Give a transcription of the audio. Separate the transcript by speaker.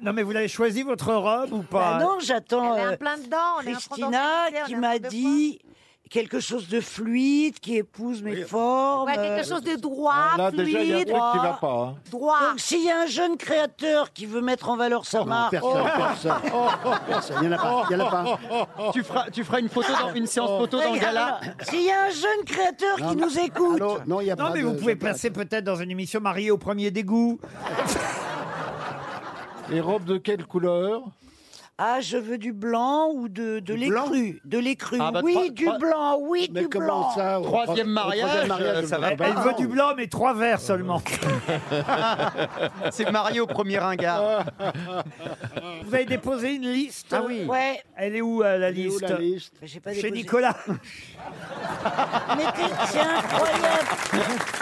Speaker 1: Non, mais vous l'avez choisi, votre robe, ou pas
Speaker 2: Bah non, j'attends
Speaker 3: Elle
Speaker 2: euh,
Speaker 3: est en Eh ben, plein dedans, on est en train
Speaker 2: Christina
Speaker 3: d'en discuter,
Speaker 2: qui
Speaker 3: on est en
Speaker 2: m'a
Speaker 3: train de
Speaker 2: dit quelque chose de fluide, qui épouse mes formes.
Speaker 3: Ouais, quelque chose de droit,
Speaker 4: Là, déjà, il y a un
Speaker 3: fluide,
Speaker 4: truc qui va pas. hein.
Speaker 3: droit.
Speaker 2: Donc s'il y a un jeune créateur qui veut mettre en valeur sa
Speaker 1: Ah.
Speaker 2: marque,
Speaker 5: Personne,
Speaker 1: Oh.
Speaker 5: personne. Personne. Il n'y en a pas. Il y en a pas. Ah
Speaker 6: Tu feras, tu feras une, photo
Speaker 1: Oh.
Speaker 6: dans- une séance photo dans le gala.
Speaker 2: Oh. Alors, S'il y a un jeune créateur qui nous écoute,
Speaker 5: Allô non, il y a
Speaker 1: Non,
Speaker 6: Ah,
Speaker 5: pas
Speaker 1: mais
Speaker 5: de-
Speaker 1: vous pouvez
Speaker 5: j'ai pas-
Speaker 1: placer peut-être dans une émission mariée au premier dégoût.
Speaker 4: Et robe de quelle couleur
Speaker 2: ah je veux du blanc ou de, de l'écru, de l'écru.
Speaker 6: Ah bah,
Speaker 2: oui,
Speaker 6: trois-
Speaker 2: du
Speaker 6: trois-
Speaker 2: blanc, oui,
Speaker 5: Mais
Speaker 2: du
Speaker 5: comment
Speaker 2: blanc.
Speaker 5: ça au-
Speaker 6: Troisième
Speaker 5: au- au
Speaker 6: mariage,
Speaker 5: troisième mariage,
Speaker 6: ça
Speaker 5: on
Speaker 6: va
Speaker 5: va
Speaker 6: pas.
Speaker 1: Elle veut du blanc, mais trois verres seulement.
Speaker 6: C'est marié au premier ringard.
Speaker 1: Vous avez déposé une liste Ah oui.
Speaker 2: Ouais,
Speaker 1: Elle est où, euh, la,
Speaker 5: Elle est où,
Speaker 1: liste
Speaker 5: la liste
Speaker 2: mais j'ai pas
Speaker 1: Chez
Speaker 2: déposé.
Speaker 1: Nicolas.
Speaker 2: Mais t'es- c'est incroyable.